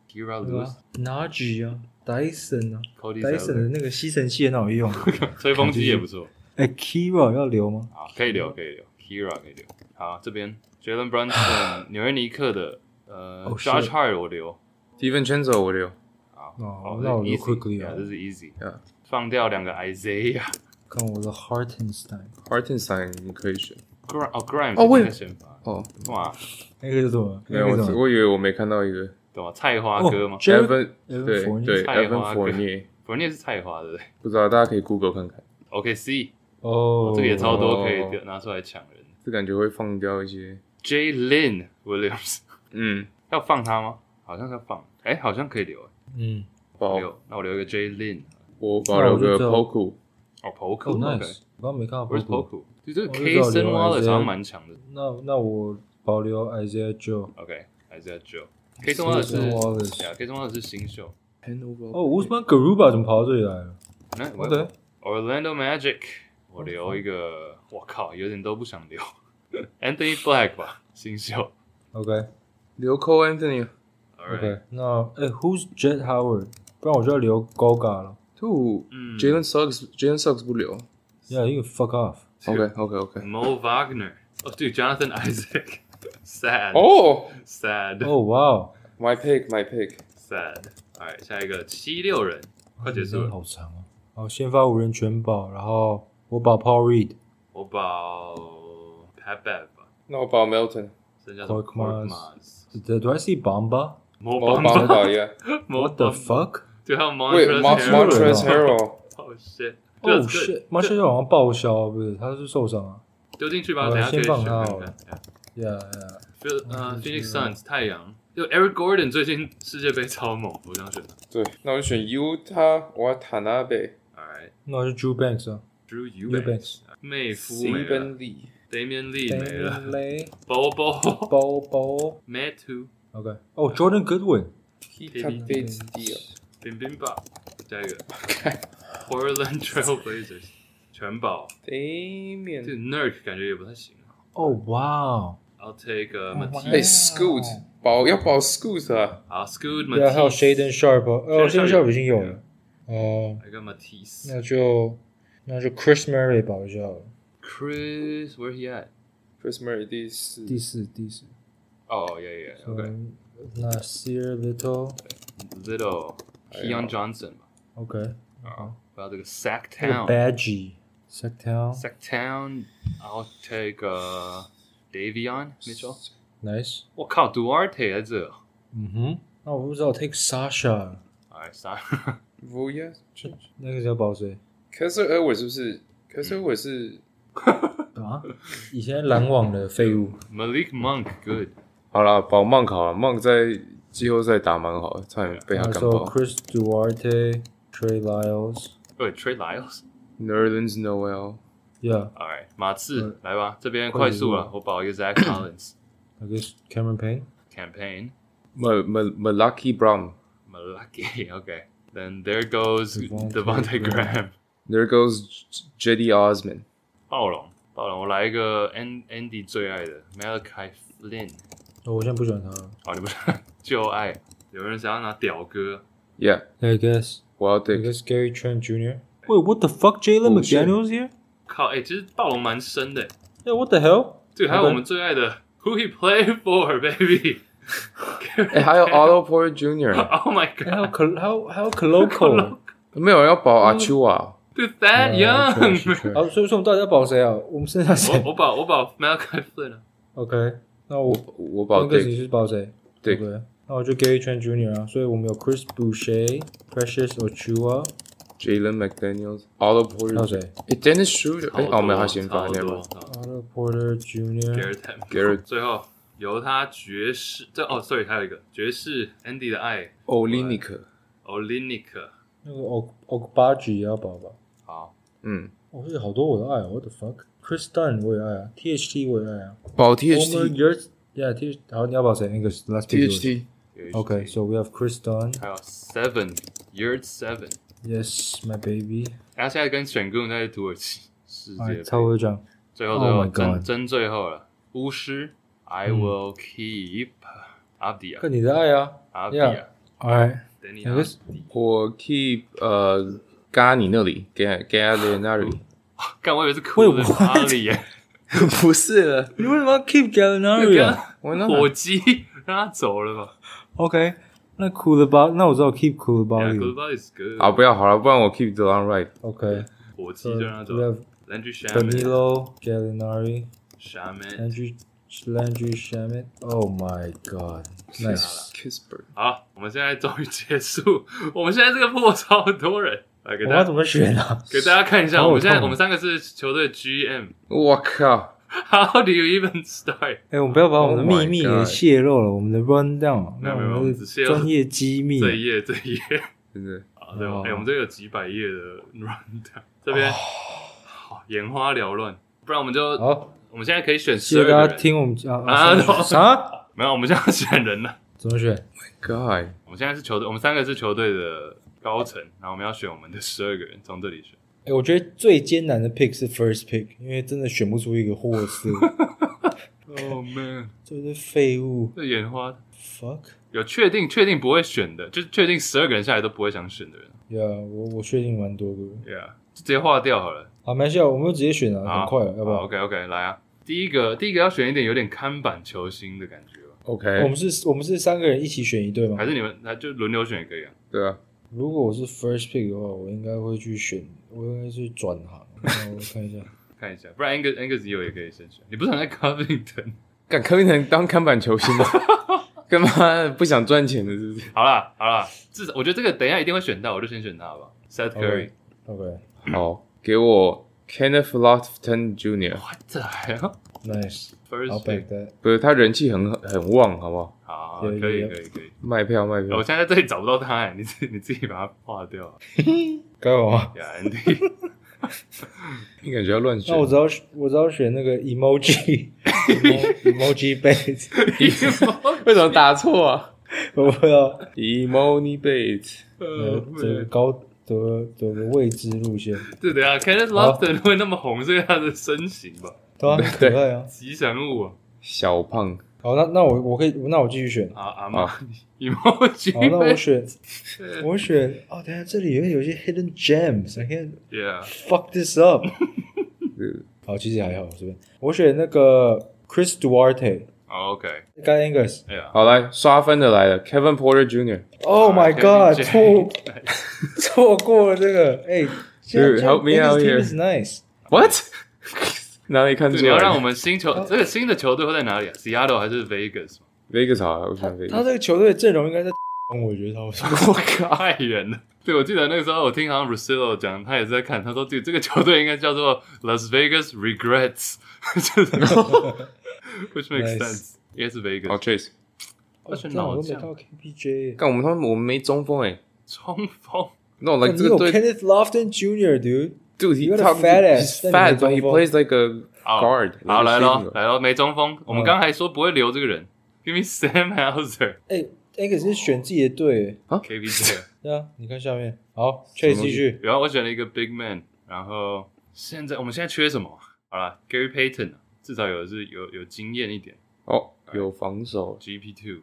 S1: Kira Lewis。
S4: ，Nagy 啊，Dyson 啊
S1: Cody
S4: ，Dyson
S1: Zeller。
S4: 的那个吸尘器很好用，
S1: 吹风机也不错。
S4: 哎，Kira 要留吗？
S1: 好，可以留，可以留，Kira 可以留。好，这边 Jalen Brunson，纽约尼克的，呃
S4: 哦是
S1: ，Josh Hart 我留。
S2: Steven Chenzo 我留，
S1: 好，
S4: 哦
S1: 好
S4: 那我留
S1: 这是
S4: Quickly
S1: easy，
S4: 啊
S1: 啊这是 easy
S2: Yeah。
S1: 放掉两个 Isaiah，
S4: 看我的 Hartenstein，
S2: Hartenstein 你可以选
S1: Grime 哦 Grime
S2: 哦我以为
S1: 选拔
S2: 哦，
S1: 哇，
S4: 那个是什么？
S2: 没
S4: 那
S2: 有，
S4: 个是什
S2: 哎我
S4: 么？
S2: 我以为我没看到一个
S1: 对吧？菜花
S4: 哦
S1: 哥嘛，
S4: 这
S2: Evan，
S4: Evan
S2: 对
S4: Fournier
S2: 对
S1: 菜花
S2: Evan
S1: 哥
S2: Fournier，
S1: 反正是菜花对不对
S2: 不知道大家可以 Google 看看，
S1: ？OK C，
S4: 哦，
S1: 这个也超多可
S2: 哦
S1: 以丢拿出来抢人。
S2: 这感觉会放掉一些，
S1: J Lin Williams
S2: 嗯，
S1: 要放他吗？好像是要放，哎，好像可以留，哎
S4: 嗯，
S2: 保
S1: 留，那我留一个 J Lin，
S2: 我保留
S4: 那我
S2: 个
S4: 就知道
S2: Poku，
S1: 哦 p o k
S4: 哦
S1: o k
S4: ，nice，我刚没看到
S1: w h e r e s
S4: Poku。
S1: Poku？就这个
S4: 我就知道
S1: Kason
S4: 留
S1: Wallace 好
S4: Isaiah
S1: 像蛮强的。
S4: 那那我保留 Isaiah Joe。
S1: OK，还是要 Joe。Kason Wallace 是
S4: Kason Wallace
S1: 呀，Kason Wallace 是新秀。
S4: 哦，Usman Garuba 怎么跑到这里来了？
S1: 那我
S4: 我的
S1: Orlando Magic，我留一个，我靠，有点都不想留。Anthony Black 吧，新秀。
S4: OK
S2: 留 Cole Anthony
S1: All right，
S4: OK，那哎，Who's Jet Howard？不然我就要留 Goga 了。
S2: Two
S1: 嗯
S2: Jalen Suggs，Jalen Suggs 不留
S4: Yeah, you can fuck off。
S2: ，OK OK OK，
S1: Mo Wagner，哦，对，Jonathan Isaac，sad，sad，sad。
S2: 哦
S4: 哦，哇
S2: ，My pick，My pick，
S1: All right，下一个七六人，快结束
S4: 哦，
S1: 了。
S4: 好长哦。好，先发五人全保，然后我保 Paul Reed。
S1: 我保 Pat Bev 吧，
S2: 那我保 Melton，
S1: 剩下什么
S4: Korkmaz
S1: Korkmaz
S4: Did do I see Bamba?
S1: ，Mo
S2: 我保
S1: Bamba，
S2: 保一个，
S1: Mo
S4: What the
S1: Bamba
S4: fuck?
S1: 对，还有
S2: 喂
S1: Montrezl
S2: ，Mont
S1: Harrell
S2: Montrezl Harrell，
S1: Oh shit！
S4: 哦
S1: 这这
S4: ，shit，马上就好像报销，不是？他是受伤啊。
S1: 丢进去吧，
S4: 好了
S1: 等下可以
S4: 先放
S1: 选
S4: 他
S1: 看
S4: 好
S1: 看
S4: 了。
S1: Yeah
S4: Yeah, yeah.
S1: 就呃
S4: 嗯
S1: ，Phoenix
S4: 这个
S1: Suns 太阳，就 Eric Gordon 最近世界 杯超猛，我想选他。
S2: 对，那我就选 Utah 瓦塔纳贝
S1: Alright，
S4: 那我是 Drew Banks 啊。
S1: Drew
S4: Eubanks
S1: Eubanks，妹夫没了
S2: Steven Lee，
S1: ，Damian Lee 没了
S4: 雷
S1: ，Bobo
S4: 包包。
S1: Matu
S4: OK，哦，Jordan Goodwin。
S2: Kita Bates Deal，
S1: 冰冰吧，下一个 Portland Trail Blazers 全保，这
S2: Damian，
S1: Nurk 感觉也不太行。
S4: 哦，哇。
S1: I'll take uh,
S2: 哎
S1: Matisse，
S2: ，Scoot 保要保 Scoot 啊。
S1: 好，Scoot
S4: 对啊，还有
S1: Matisse，
S4: Shaden Sharp，哦哦
S1: Shaden
S4: ，Shaden
S1: Sharp
S4: Sharp 已经有
S1: 有
S4: 了。哦，
S1: 来个 Matisse，Chris
S4: 那就那就 Chris Murray 保一下好了。
S1: where he at？
S2: Chris Murray 第四，
S4: 第四，第四。
S1: 哦，yeah Oh, yeah，OK。
S4: 嗯，那 Sear Little。
S1: Little、
S2: 哎呀
S1: Keon Johnson 吧，
S4: OK。
S1: 不要这个 Sac
S4: 这个
S1: Town。
S4: Badgy。Sectown。
S1: Sac Town。I'll take、uh, Davion Mitchell。
S4: Nice。
S1: 我靠，Duarte 在这。
S4: 嗯哼，那我不知道，take Sasha
S1: Alright，sorry。
S2: Vuya
S4: 那个是要保谁
S2: Kessler Edwards 是不是？Kessler Edwards 是
S4: 啊？以前篮网的废物，
S1: Malik Monk good。
S2: 好了，保曼考了，曼在季后赛打蛮好的，差点被他
S4: 那
S2: 干
S4: 时候
S2: 爆。
S4: Chris Duarte、Trey Lyles、
S1: 对，Trey Oh, Lyles。
S2: Nerlens Noel
S4: Yeah，
S1: Alright，马刺
S4: 嗯
S1: 来吧，这边
S4: 快
S1: 快
S4: 速
S1: 速
S4: 啊
S2: 嗯
S1: 了，我保一个 Zach Collins。
S4: I guess Cameron Payne。
S1: Campaign
S2: Ma- Ma- Malaki Brown。
S1: Malaki OK。Then there goes
S4: Devontae
S1: Devontae Graham。
S2: There goes J.D. Osman。
S1: 暴龙，暴龙，我来一个 An- Andy 最爱的 Malachi Flynn。
S4: 我现在不喜欢他了。
S1: 哦，你不是 就爱？有人想要拿屌哥
S2: Yeah，
S4: I guess
S2: 我要
S4: I
S2: 对
S4: guess Gary Trent Jr. Wait, what the fuck? Jalen
S2: 哦是
S4: McDaniels here?
S1: 靠！哎、其实暴龙蛮深的。
S4: Yeah, what the hell?
S1: 对，还有
S4: OK
S1: 我们最爱的 Who he play for, baby？
S2: 哎，还有 Otto Porter Jr.，
S1: Oh my
S4: 还有
S1: god！
S4: 可还有还 有 Coloco
S2: 没有人要保 Achua。
S1: 对，That Young。
S4: 啊，所以说我们到底要保谁啊？我们剩下 谁
S1: 我我保我保 Malachi Flynn 啊。
S4: ？OK，那我
S2: 我我保
S4: 那个
S2: Dick
S4: 你是保谁？对
S2: Dick
S4: 那我就 Gary Trent Jr. 啊，所以我们有 um, Chris Boucher、Precious Ochua，
S2: Jalen McDaniels Otto
S4: 还有
S2: Porter oh,
S4: 谁
S2: 哎 Dennis Schroeder 哎哦没有他先发
S1: 好多。
S2: never
S1: 好多
S4: ？Otto Porter Jr.。
S1: Garrett Temple
S2: 嗯 Garrett
S1: 最后由他爵士，这哦，sorry，还有一个爵士 Andy 的爱
S2: Olinik
S1: Olinic。
S4: 那个 O O 八 G 也要保吧？
S1: 好，
S2: 嗯
S4: 我有好多我都爱啊，What the fuck？Chris Dunn 我也爱啊，THT 我也爱啊
S2: 保
S4: ，Homer
S2: THT
S4: y e r t yeah THT，好，你要保谁？那个 last pick 是我的。
S2: THT
S1: THT
S4: Okay, so we have Chris Dunn.
S1: 还有 Seven Yard Seven。
S4: Yes, my baby.
S1: 然后现在跟选 g 在土耳其世界
S4: 哎，
S1: 杯，
S4: 超会讲。
S1: 最后最后
S4: Oh my
S1: 真
S4: God
S1: 真最后了。巫师，I
S4: 嗯
S1: will keep 阿迪亚
S4: 看，你的爱啊。
S1: 阿迪亚
S4: yeah，哎，
S1: 等你
S4: 那个是
S2: 我 keep 呃嘎你那里，给给阿莲那里，
S1: 干，我以为是 库
S4: 我
S1: 的
S4: 也不
S1: 阿里耶，
S2: 不是了，
S4: 你为什么要 keep Gallinari 啊
S2: 我那
S1: 火鸡让他走了吧。
S4: ？OK，那 Koulibaly，那我知道 keep
S1: Yeah,
S4: Koulibaly。
S1: Goodbye is good。
S2: 啊不要好了，不然我 keep the on right，
S4: OK，
S1: 火鸡
S4: so
S1: 就让他走
S4: we。have
S1: Landry Shaman、
S4: Danilo Gallinari。
S5: Shaman，
S4: Landry Landry Shaman，Oh my God，Nice，
S2: Kissbird，
S1: 好，我们现在终于结束。我们现在这个破超多人，来给
S4: 我
S1: 大
S4: 要
S1: 家
S4: 怎么选啊？
S1: 给大家看一下，
S4: 好
S1: 我们现在
S4: 痛啊
S1: 我们三个是球队 GM。
S2: 我靠，
S1: How do you even start？
S4: 哎、Eh, 我们不要把我们的
S2: Oh my
S4: 秘密给
S2: God
S4: 泄露了，我们的 rundown，
S1: 没
S4: 那
S1: 有
S4: 我
S1: 没有
S4: 们
S1: 只泄
S4: 的
S1: 露
S4: 专业机 密。
S1: 这一页这一页
S2: 真的
S1: 啊，对吧
S4: 哦？
S1: 哎，我们这个有几百页的 rundown，这边好眼花缭乱。不然我们就
S4: Oh 好，
S1: 我们现在可以选
S4: 谢
S1: 十
S4: 谢大
S1: 二个
S4: 家
S1: 人
S4: 听我们讲
S1: 啊
S4: 什么
S1: 懂
S4: 啥？
S1: 没有，我们现在要选人了。
S4: 怎么选？
S2: God，
S1: 我们现在是球队，我们三个是球队的高层，然后我们要选我们的十二个人，从这里选。
S4: 哎、我觉得最艰难的 pick 是 first pick，因为真的选不出一个货 色，
S1: Oh man，
S4: 就是废物。
S1: 这眼花
S4: Fuck，
S1: 有确定确定不会选的，就是确定十二个人下来都不会想选的人
S4: 呀、yeah,，我啊我确定蛮多个。
S1: ，Yeah，就直接划掉好了。
S4: 好，没事，我们就直接选啊，
S1: 好
S4: 很快了，要不
S1: 好
S4: 要？
S1: ？OK OK，来啊，第一个第一个要选一点有点看板球星的感觉吧，
S4: 我
S2: OK，
S4: 们是，我们是三个人一起选一队吗
S1: 还？是你们那就轮流选也可以啊。
S2: 对啊，
S4: 如果我是 first pick 的话，我应该会去选，我应该去转行。那我看一下，
S1: 看一下，不然 Angus Angus 有也可以先选。你不是很爱 Covington？
S2: 敢科林能当看板球星 吗？干嘛不想赚钱的，是不是？
S1: 好啦好啦，至少我觉得这个等一下一定会选到，我就先选他吧。Seth Curry，
S4: OK，Nice，、
S2: 好，给我 Kenneth Lofton Jr.，
S1: what the hell？First
S4: I'll
S1: pick，
S4: back that。
S2: 不是他人气很很旺，好不好？
S1: 好，可
S4: 有有
S1: 以可以
S4: 有
S1: 可以可以。
S2: 卖票卖票
S1: 我，现在在这里找不到他，哎你自你自己把它划掉。
S4: 该啊我吗？
S1: Yeah, Andy。
S2: 你感觉要乱选
S4: 那？我只要我只要选那个 emoji emoji base，
S2: 为什么打错啊
S4: 我不知道
S2: ？Emoni Bates，
S4: 呃
S1: 呃，
S4: 走个
S1: 这
S4: 高走个走个未知路线，
S1: 这等一下啊 Kenneth
S4: 好
S1: Lofton 会那么红，是因为他的身形吧？
S4: 对啊，很可爱啊。
S1: 吉祥物啊，
S2: 小胖，
S4: 好，那那我我可以，那我继续选。
S1: 啊阿玛尼 emoji
S4: 好，那我
S1: 呗
S4: 选我选哦，等一下这里有有一些 hidden gems，I can
S1: ，Yeah，
S4: fuck this up。好，其实还好，这边我选那个 Chris Duarte，
S1: 好啊 OK，
S4: 刚 Angus。
S1: 哎呀，
S2: 好来刷分的来了，Kevin Porter Jr.，
S4: Oh my
S1: Kevin
S4: god！
S1: James
S4: 错错过了这个，哎、这
S2: Dude,
S4: 这
S2: help me
S4: Angus
S2: out
S4: team
S2: here.
S4: is nice.
S2: What？哪里看
S1: 这
S2: 出
S1: 你要让我
S2: 来
S1: 们新球这个新的球队会在哪里啊？Seattle 还是 Vegas？
S2: ？Vegas 好啊，我
S4: 他
S2: 想
S4: 他
S2: Vegas。
S4: 这个球队的阵容应该在， 我觉得他
S1: 我靠，太远了。对，我记得那个时候我听好像 Russillo 讲，他也是在看，他说这这个球队应该叫做 Las Vegas Regrets，就是 which makes
S4: Nice
S1: sense，也是 Vegas。
S2: 好，Chase，
S1: 我选
S4: 这样我
S1: 老
S4: 都没看
S1: 将
S4: 到 KPJ。
S2: 干我们他们我们没中锋哎，
S1: 冲锋。哦
S2: 那我
S4: 哇
S2: like
S4: 哎你
S2: 这个
S4: 有
S2: 队
S4: Kenneth Lofton Jr. dude，
S2: ，dude he
S4: you got a
S2: talk
S4: fat
S2: he's
S4: ass，但你
S2: fat
S4: 没
S2: but he
S4: 中锋
S2: plays like a
S1: 好
S2: guard。
S1: 好，来喽，
S2: 了，
S1: 来喽，没中
S4: 嗯
S1: 锋。我们刚才说不会留这个人，Give me Sam Hauser
S4: 哎、a n g u s 是选自己的队，
S1: KVJ。
S4: 对啊，你看下面，好，Chase 继续，
S1: 然后我选了一个 Big Man，然后现在我们现在缺什么？好了，Gary Payton 啊至少有的是有有经验一点
S2: 哦，有防守，哎
S1: ，GP Two。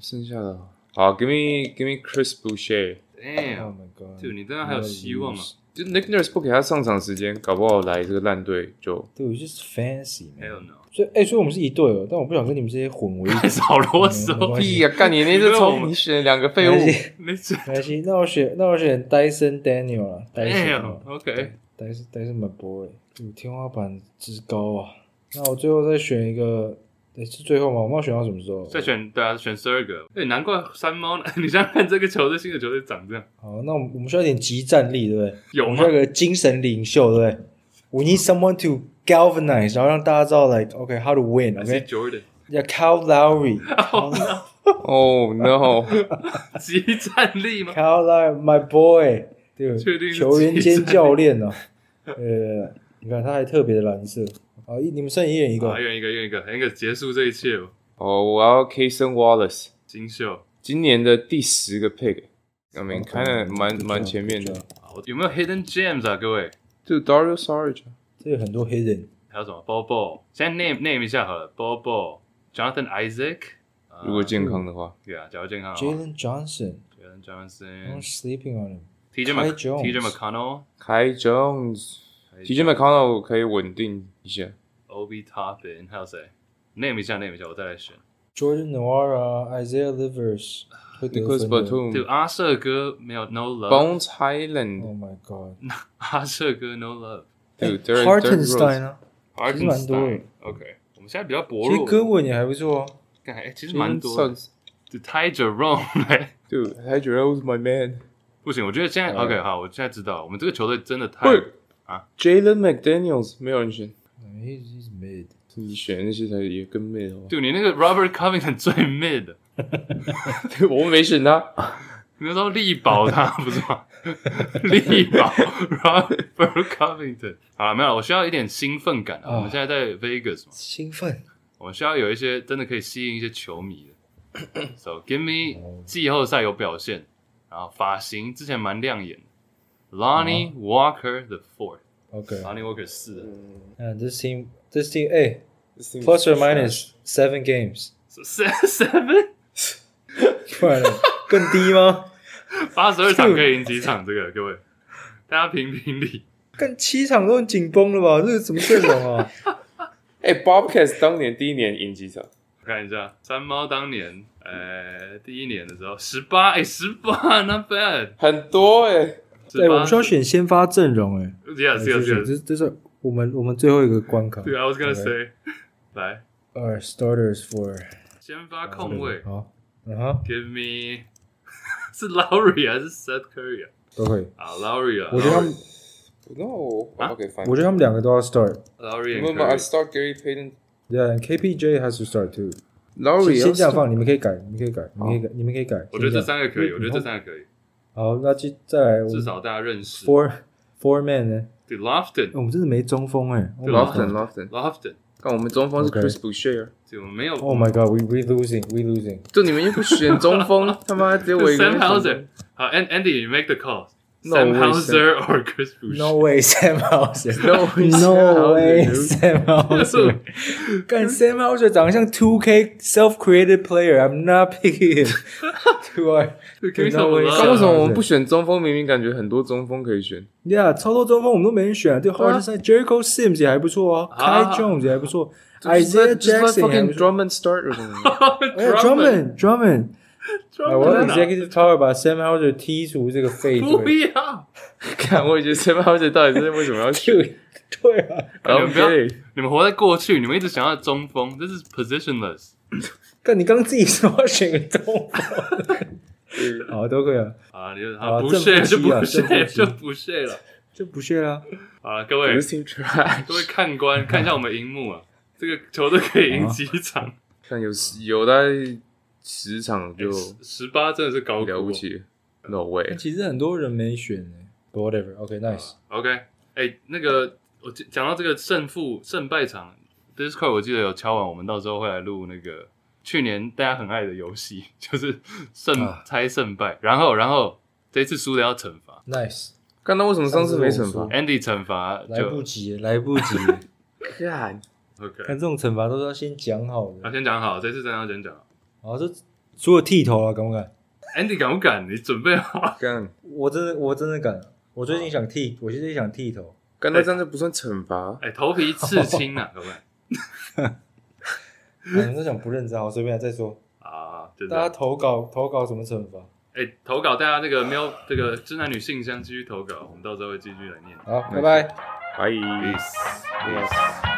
S2: 剩下的好，give me give me Chris Boucher。
S4: Oh
S1: Damn，
S4: my god，
S1: 就你真的还有希望吗？
S2: 就 Nick Nurse 不给他上场时间，搞不好来这个烂队就
S4: 对，我就是 fancy
S1: ？Hell
S4: man。
S1: no！
S4: 所以，哎、所以我们是一队哦，但我不想跟你们这些混为一
S1: 太
S4: 谈。
S1: 少啰
S4: 没关
S1: 嗦，
S4: 系
S2: 屁呀！干你那
S1: 因
S2: 只
S1: 为我
S2: 抽，
S1: 们
S2: 你选两个废
S4: 没
S2: 物
S4: 关。系，
S1: 没事。
S4: 没关系。那我选，那我选 Dyson Daniel 啊，Dyson 啊。
S1: Damn，OK，
S4: 但是但是蛮 boring，有天花板之高啊。那我最后再选一个，诶是最后吗？我们要选到什么时候？
S1: 再选对啊，选十二个。哎，难怪山猫， 你想想看这个球队新的球队长这样，
S4: 好，那我们我们需要一点集战力，对不对？
S1: 有
S4: 我们
S1: 吗
S4: 需要一个精神领袖，对不对？We need someone to galvanize，然后让大家知道，like OK how to
S1: 还是
S4: win，OK？
S1: Jordan？
S4: 要 Cal Lowry，Cal
S2: Oh no！
S1: 集战力吗？
S4: Lowry，my boy，对
S1: 确定是
S4: 球员
S1: 集战
S4: 兼
S1: 力
S4: 教练哦呢、 呃，你看他还特别的蓝色。好，一你们剩一人一个
S2: 哎
S1: 啊，一。人一个，一人一个，一个结束这一切哦。
S2: 哦，我要 Kason Wallace，
S1: 金秀
S2: 今年的第十个 pick，我们
S4: OK，嗯
S2: 看的蛮蛮前面
S4: 不
S2: 的
S4: 错。
S1: 啊，我有没有 Hidden Gems 啊？各位，
S2: 就 Dario Saric，
S4: 这有很多黑人。
S1: 还有什么 Bobo？现在 name name 一下好了，Bobo、Jonathan Isaac，呃
S2: 如果健康的话，
S1: 对啊，假如健康的话
S4: Jalen Johnson,
S1: ，Jalen
S2: 嗯
S4: I'm
S1: Johnson、
S4: sleeping on him.
S1: TJ
S4: Kai
S1: Mc
S4: 哦 Jones
S1: TJ McConnell、
S2: Kai Jones，TJ McConnell 可以稳定一下。
S1: OB Toppin，还有谁？name 一下，name 一下，我再来选。
S4: Jordan Noara, Isaiah Livers 会得
S2: Nicholas
S4: 分的。
S1: 对，
S2: Batum，Bones
S1: 阿瑟哥没有 No Love，
S4: Oh
S2: Highland，
S4: my god.
S1: 阿瑟哥 No Love，
S2: 对
S4: 哎 Hartenstein 啊，其实蛮多的
S1: Hartenstein，OK，们现在比较薄
S4: 其实
S1: 弱。
S4: 哥文也还不错哦，
S1: 干哎其实蛮多的。
S2: 算是
S1: The Ty Jerome，哎
S2: ，Dude，还觉得 was my man。
S1: 不行，我觉得现在
S2: 哎
S1: OK 好，我现在知道，我们这个球队真的太
S2: 喂 Jalen McDaniels 没有人选，
S4: He's- he's mid
S2: 你选那些才也更妹好吧？
S1: 就你那个 Robert Covington 最 mid，
S2: 我没选他，
S1: 你那时候力保他不是吗？力保 Robert Covington。好了，没有了，我需要一点兴奋感啊！
S4: 啊
S1: 我们现在在 Vegas 嘛，
S4: 兴奋，
S1: 我们需要有一些真的可以吸引一些球迷的。So give me 季后赛有表现，然后发型之前蛮亮眼的，Lonnie Walker the Fourth，Lonnie
S4: OK，
S1: Walker 四
S4: 嗯，this team this team 哎，plus or minus seven games，
S1: seven
S4: 不然呢更低吗？
S1: 八十二场可以赢几场？这个各位，大家评评理。
S4: 干七场都很紧绷了吧？这是什么阵容 啊？
S2: 哎，Bobcats 当年第一年赢几场？
S1: 我看一下，三猫当年，呃，第一年的时候，十八，哎，十八，not bad，
S2: 很多哎、
S1: 十
S4: 对，我
S1: 八啊
S4: 们需要选先发阵容哎，
S1: ，yes
S4: 这
S1: yes
S4: 是
S1: yes，
S4: 这是我们我们最后一个关卡。
S1: 对，I 啊 was gonna
S4: OK
S1: say，来，
S4: 二 starters for
S1: 先发 控卫
S4: 好，嗯哼，
S1: ，give me，是 Lowry 还是 Seth Curry 啊？
S4: 都可以。
S1: 啊，Lowry 啊，
S4: 我觉得他们，
S2: No，我
S1: 啊
S2: OK fine。
S4: 我觉得他们两个都要 start。
S1: Lowry
S2: 没有
S1: and
S2: 没有，I
S1: Curry，
S2: start Gary Payton。
S4: Yeah, KPJ has to start too. 先
S2: Lowry
S4: 先这样放，你们可以改，你们可以改，你们可以改，你们可以改。
S1: 我觉得这
S4: 先
S1: 三
S4: 样
S1: 个可以，
S4: 嗯
S1: 我觉得这三个可以，
S4: 好，那就再来我
S1: 至
S4: 们
S1: 少大家认识。
S4: four four man 呢？哎
S1: 对，Lofton，Lofton，
S4: 我们真的没中锋哎。Oh
S1: 对啊
S4: my god.
S2: Lofton Lofton，
S1: Lofton，
S2: 看我们中锋是
S4: OK
S2: Chris Boucher，啊
S1: 对，我们没有
S4: Oh my god, we we losing, we losing.
S2: 就你们又不选中 锋，他妈只有我一个人
S1: Sam
S2: 选
S1: Hauser，好，And Andy，you make the call。
S2: No
S1: Sam
S2: way,
S1: Hauser or Chris Boucher？
S4: No way, Sam Hauser.
S2: No way,
S4: no
S2: Sam
S4: way,
S2: Hauser, dude.
S4: Sam Hauser. 干 Sam Hauser 长得像 Two K self-created player. I'm not picking him. Do I?
S1: 可以
S4: No way,
S1: 怎么了
S2: 那为什么我们
S4: Hauser
S2: 不选中锋？明明感觉很多中锋可以选。
S4: Yeah，超多中锋我们都没人选，对 Hard 赛 Jericho Sims 也还不错啊
S1: 啊
S4: ，Kai Jones 也还不错
S2: Ah。 Just let-
S4: ，Isaiah
S2: just let
S4: Jackson 也还不
S2: fucking
S4: 错。
S2: Drummond start or something.
S4: 哎呀 Drummond Drummond，哎我 Executive Power 把 Sam Hauser 踢出这个废
S1: 不
S4: 队。
S1: 要！
S2: 看，我也觉得 Sam Hauser 到底是为什么要 选？
S4: 对对啊，
S1: 你们不要
S2: OK，
S1: 你们活在过去，你们一直想要中锋，这是 positionless。
S4: 但你刚刚自己说要选个中锋，好都可以啊，
S1: 啊，你就啊，
S4: 啊
S1: 不
S4: 正
S1: 屑
S4: 负
S1: 就
S4: 七
S1: 不
S4: 啊
S1: 屑
S4: 正负七
S1: 就不屑了。
S4: 就不屑啦。
S1: 好了，各位
S2: 这 team
S1: 各位
S2: trash。
S1: 看官，看一下我们荧幕啊，这个球队可以赢几场？
S2: 看有有大概十场就
S1: 十八真的是高估
S2: 了不。起，No way
S4: 但。其实很多人没选呢，but whatever，OK，nice。
S1: OK，哎，那个我讲讲到这个胜负胜败场，Discord 我记得有敲完，我们到时候会来录那个去年大家很爱的游戏， 就是胜
S4: 啊
S1: 猜胜败，然后然后这次输的要惩罚。
S4: Nice，
S2: 看那为什么上次没惩罚
S4: 上
S1: Andy 惩罚
S4: 来不
S1: 就
S4: 及，来不及。
S1: 哦
S2: 看，
S1: OK，
S4: 看这种惩罚都是要先讲好
S1: 要
S4: 的。
S1: 先讲好，这次真的要先讲好。
S4: 好，这除了剃头啊，敢不敢？
S1: Andy 敢不敢？你准备 好？
S2: 干，
S4: 我真的我真的敢，我最近想剃，我最近想剃头。
S2: 干那这样就不算惩罚。
S1: 哎，头皮刺青 啊，敢不敢？
S4: 啊你们都想不认真，好随便啊再说。
S1: 啊，真
S4: 大家
S1: 的。
S4: 投稿投稿什么惩罚？
S1: 哎，投稿大家那个没有这个直男女信箱继续投稿，我们到时候会继续来念。
S4: 好，拜拜。
S2: 拜。
S1: Peace，Peace。